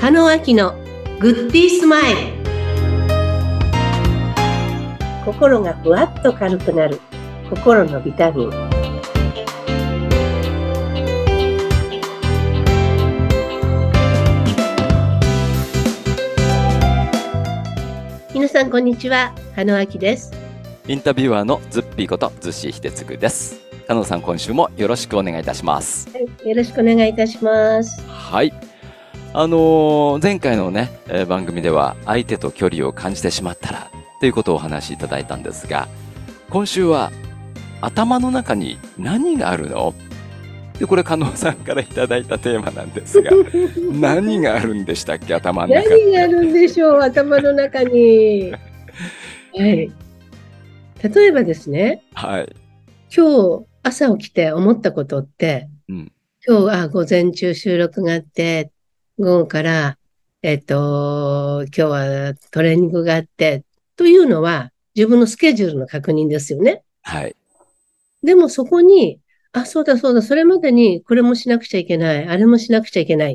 中野明のグッディースマイル心がふわっと軽くなる心のビタミン皆さんこんにちは加野明ですインタビュアーのズッピーことズッシー秀嗣です。加納さん、今週もよろしくお願いいたします。よろしくお願いいたしますはい。あのー前回のね、えー番組では相手と距離を感じてしまったらということをお話しいただいたんですが、今週は頭の中に何があるので、これ加納さんからいただいたテーマなんです が、何があるんでしたっけ頭の中に。何があるんでしょう頭の中 にはい例えばですねはい。今日朝起きて思ったことって、うん今日あ午前中収録があって午後から、えっと今日はトレーニングがあってというのは自分のスケジュールの確認ですよね。はい。でもそこにあそうだそうだそれまでにこれもしなくちゃいけないあれもしなくちゃいけない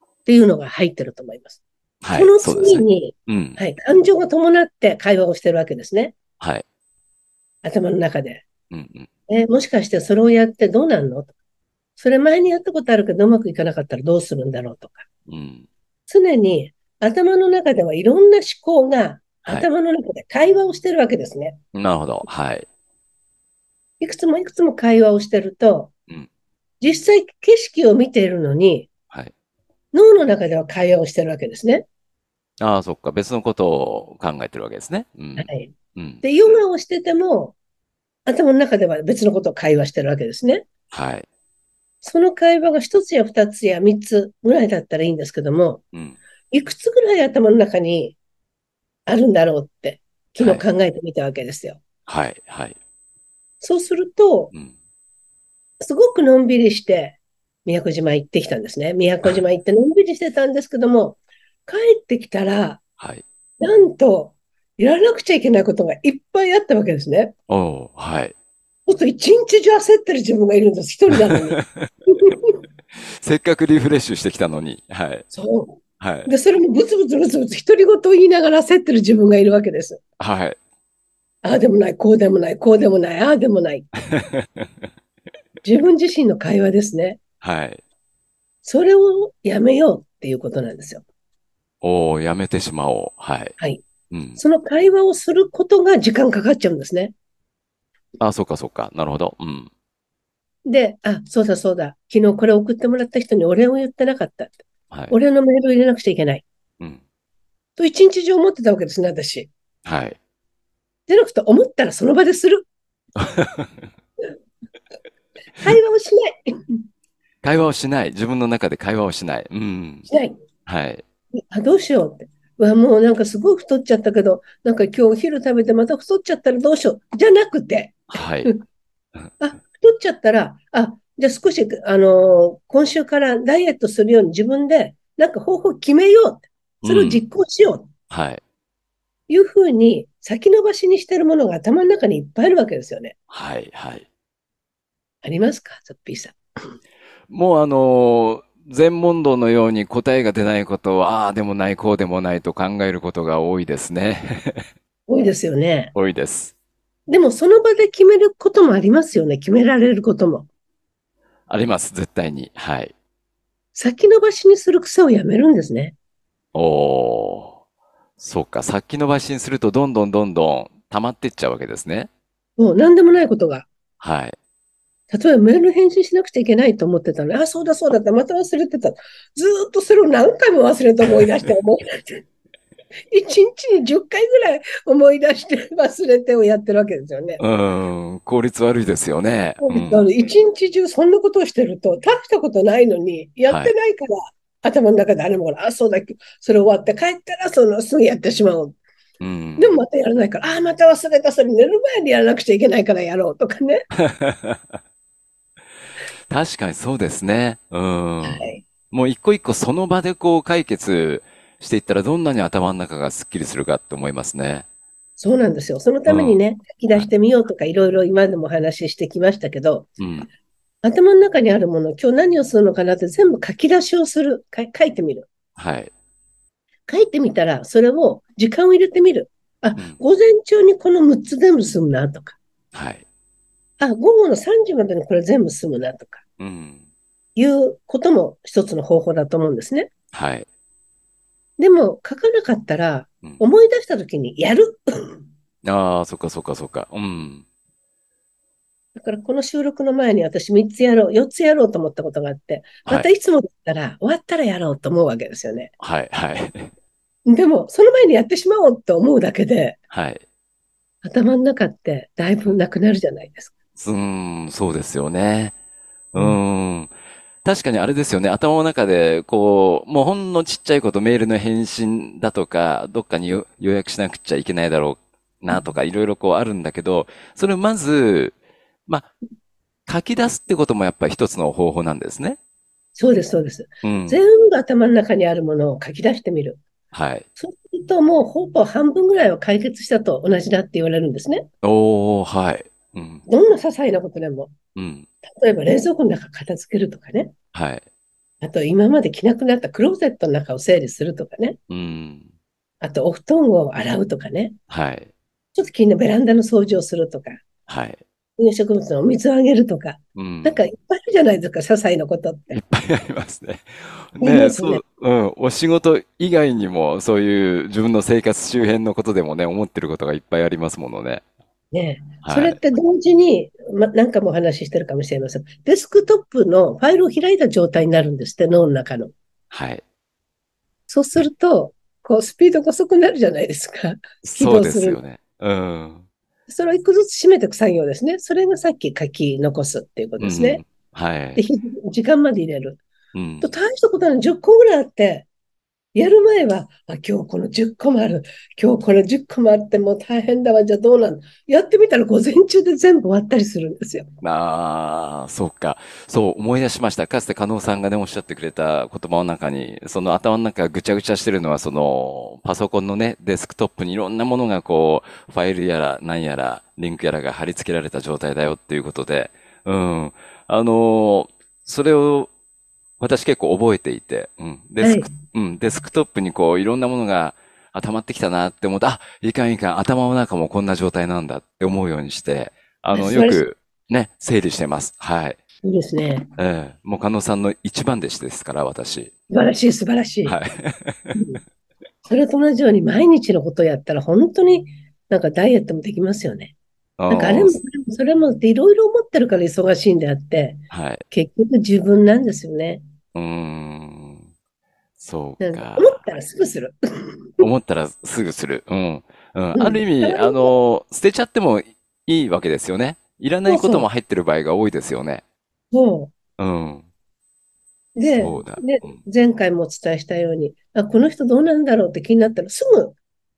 っていうのが入ってると思います。はこのい。そうで次すね。に、うん。はい、感情が伴って会話をしてるわけですねはい。頭の中で。うんうん。え、もしかしてそれをやってどうなんのとかそれ前にやったことあるけどうまくいかなかったらどうするんだろうとか。うん。常に頭の中ではいろんな思考がはい。頭の中で会話をしてるわけですね。なるほど。はい。いくつもいくつも会話をしてるとうん、実際景色を見ているのにはい。脳の中では会話をしてるわけですね。ああ、そっか。別のことを考えてるわけですね。うんは。い。うん。で、ヨガをしてても頭の中では別のことを会話してるわけですね。はい。その会話が一つや二つや三つぐらいだったらいいんですけども、うん。いくつぐらい頭の中にあるんだろうって、昨日考えてみたわけですよ。はい。はい。そうすると、うん。すごくのんびりして、宮古島行ってきたんですね。宮古島行ってのんびりしてたんですけども、帰ってきたら、はい。なんと、やらなくちゃいけないことがいっぱいあったわけですね。おおはい。ちょっと一日中焦ってる自分がいるんです。一人なのに。せっかくリフレッシュしてきたのに。はい。そはう。い。で、それもブツブツブツブツ独り言を言いながら焦ってる自分がいるわけです。はい。 ああでもない、こうでもない、こうでもない、ああでもない。自分自身の会話ですね。はい。それをやめようっていうことなんですよ。おおやめてしまおう。はい。はい。うん。その会話をすることが時間かかっちゃうんですね。ああ、そっかそっか。なるほど。うん。で、あ、そうだそうだ。昨日これ送ってもらった人にお礼を言ってなかった。はい。お礼のメールを入れなくちゃいけない。うん。と一日中思ってたわけですね、私。はい。でなくと思ったらその場でする。会話をしない。会話をしない。自分の中で会話をしない。うん。しない。はい。あ、どうしようって。うわ、もうなんかすごい太っちゃったけど、なんか今日お昼食べてまた太っちゃったらどうしよう。じゃなくて、はい。太っちゃったら、あ、じゃあ少し、あのー今週からダイエットするように自分で、なんか方法決めようって。それをうん実行しようとはい。いうふうに、先延ばしにしてるものが頭の中にいっぱいあるわけですよね。はい。はい。ありますかゾッピーさん。もうあのー、全問答のように答えが出ないことは、ああでもない、こうでもないと考えることが多いですね。 多いですよね。多いです。でもその場で決めることもありますよね。決められることも。あります、絶対に。はい。先延ばしにする癖をやめるんですね。おー。そうか、先延ばしにするとどんどんどんどん溜まってっちゃうわけですね。もう何でもないことが。はい。例えばメール返信しなくちゃいけないと思ってたのに、あ、そうだそうだって、また忘れてた。ずーっとそれを何回も忘れて思い出して、思い出して。 一日に10回ぐらい思い出して 忘れてをやってるわけですよね。うーん、効率悪いですよね。うんあの一日中そんなことをしてると、大したことないのに、やってないから、頭の中であれもこれ、あ、そうだ、それ終わって帰ったら、そのすぐやってしまおう。うんでもまたやらないから、あ、また忘れた、それ寝る前にやらなくちゃいけないからやろうとかね。確かにそうですね。うん。はい。もう一個一個その場でこう解決していったらどんなに頭の中がスッキリするかって思いますね。そうなんですよ。そのためにね、書き出してみようとか、いろいろ今でもお話ししてきましたけど、うん。頭の中にあるもの、今日何をするのかなって全部書き出しをする、か書いてみる。はい。書いてみたら、それを時間を入れてみる。うん午前中にこの6つ全部済むなとか、はい。あ、午後の3時までにこれ全部済むなとか、うん。いうことも一つの方法だと思うんですね。はい。でも、書かなかったらうん、思い出した時にやる。ああ、そっかそっかそっか。うん。だから、この収録の前に私3つやろう、4つやろうと思ったことがあって、はいまたいつもだったら、終わったらやろうと思うわけですよね。はい。はい。でも、その前にやってしまおうと思うだけで、はい。頭の中ってだいぶなくなるじゃないですか。うーん、そうですよね。ううーん。確かにあれですよね。頭の中で、こう、もうほんのちっちゃいこと、メールの返信だとか、どっかに予予約しなくちゃいけないだろうなとか、いろいろこうあるんだけど、それをまず、まあ、書き出すってこともやっぱり一つの方法なんですね。そうです、そうです。うん。全部頭の中にあるものを書き出してみる。はい。そうすると、もうほぼ半分ぐらいは解決したと同じだって言われるんですね。おー、はい。うん。どんな些細なことでも。うん。例えば冷蔵庫の中片付けるとかね。はい。あと、今まで着なくなったクローゼットの中を整理するとかね。うん。あと、お布団を洗うとかね。はい。ちょっと気になるベランダの掃除をするとか。はい。入植物のお水をあげるとか。うん。なんかいっぱいあるじゃないですか、些細なことって。いっぱいありますね。ありね、ますそねう、うん、お仕事以外にも、そういう自分の生活周辺のことでもね、思ってることがいっぱいありますものね。ねはい。それって同時に、ま、なんかもお話ししてるかもしれません。デスクトップのファイルを開いた状態になるんですって、脳の中の。はい。そうすると、こう、スピードが遅くなるじゃないですか。そうですよね。うん。それを一個ずつ締めていく作業ですね。それがさっき書き残すっていうことですうね。ん。はい。で、ひ時間まで入れる。うん。と大したことなの10個ぐらいあって、やる前は、あ、今日この10個もある。今日この10個もあって、もう大変だわ。じゃあどうなんやってみたら午前中で全部終わったりするんですよ。ああ、そうか。そう、思い出しました。かつて加納さんがね、おっしゃってくれた言葉の中に、その頭の中がぐちゃぐちゃしてるのは、その、パソコンのね、デスクトップにいろんなものがこう、ファイルやら、何やら、リンクやらが貼り付けられた状態だよっていうことで、うん。あのーそれを、私結構覚えていて、うん。デスク、うん、デスクトップにこう、いろんなものが、あ、溜まってきたなって思って、あ、いかんいかん、頭の中もこんな状態なんだって思うようにして、あの、素よ晴らしいく、ね、整理してます。はい。いいですね。ええ、もう加納さんの一番弟子ですから、私。素晴らしい、素晴らしい。はい。それと同じように毎日のことをやったら本当になんかダイエットもできますよね。 なんかあれも、それもっていろいろ思ってるから忙しいんであって、はい。結局自分なんですよね。うーん。そうなんかか。思ったらすぐする。思ったらすぐする。うん。うん。うんある意味、あの、捨てちゃってもいいわけですよね。いらないことも入ってる場合が多いですよね。そうん。う。で、そうだ。でうん前回もお伝えしたように、あ、この人どうなんだろうって気になったら、すぐ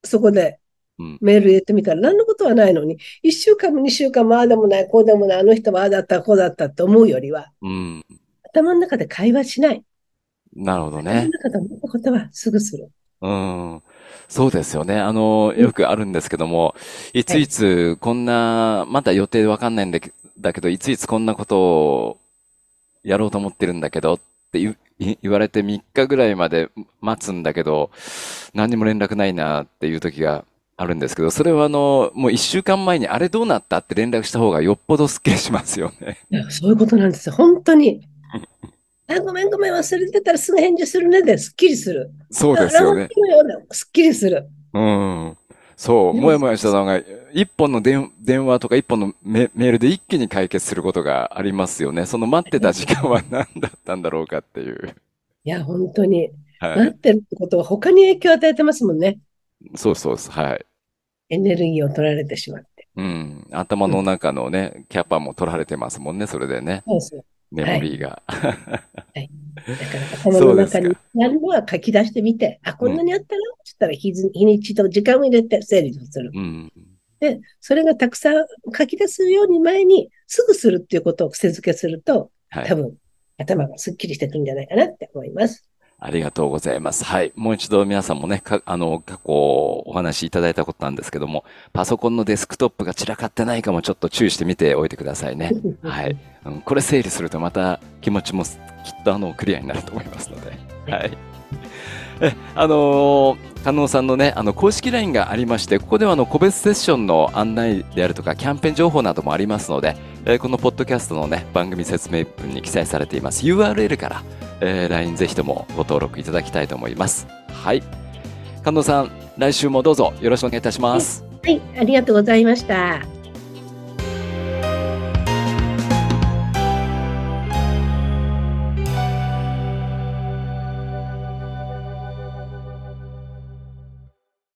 そこでうんメール入れてみたら、何のことはないのに、1週間も2週間もああでもない、こうでもない、あの人はああだった、こうだったって思うよりは、うん。頭の中で会話しない。なるほど頭のね。中で思ったことはすぐする。うん。そうですよね。あの、よくあるんですけども、いついつこんな、まだ予定わかんないんだけ、だけど、いついつこんなことをやろうと思ってるんだけどって言うい言われて3日ぐらいまで待つんだけど、何にも連絡ないなっていう時があるんですけど、それはあの、もう1週間前にあれどうなったって連絡した方がよっぽどスッキリしますよ ね。いや、そういうことなんですよ。本当 に。あ、ごめんごめん、忘れてたらすぐ返事するねで、すっきりする。そうあですよね。。ラブラブよですっきりする。うん。そう、でももやもやしたのが、一本の電、電話とか一本のメ、メールで一気に解決することがありますよね。その待ってた時間は何だったんだろうかっていう。いや、本当に。はなってるってことは他に影響を与えてますもんね。い。そうそうです。はい。エネルギーを取られてしまって。うん。頭の中のね、キャパも取られてますもんね、それでね。そうそう。メモリーが。だから頭そのうですか中にやるのは書き出してみて、あ、こんなにあったら、そしたら日ず日にちと時間を入れて整理をする。うん。で、それがたくさん書き出すように前にすぐするっていうことを癖づけすると、はい多。分頭がすっきりしてくるんじゃないかなって思います。ありがとうございます。はい。もう一度皆さんもね、か、あの、過去お話しいただいたことなんですけども、パソコンのデスクトップが散らかってないかもちょっと注意してみておいてくださいね。 はい。うん、これ整理するとまた気持ちもすきっとあのクリアになると思いますので。はい。え、あのー、観音さんのね、あの、公式 LINE がありまして、ここではあの、個別セッションの案内であるとか、キャンペーン情報などもありますので、えーこのポッドキャストのね、番組説明文に記載されています URL から、えー LINE ぜひともご登録いただきたいと思います。はい。観音さん、来週もどうぞよろしくお願いいたします。はい、ありがとうございました。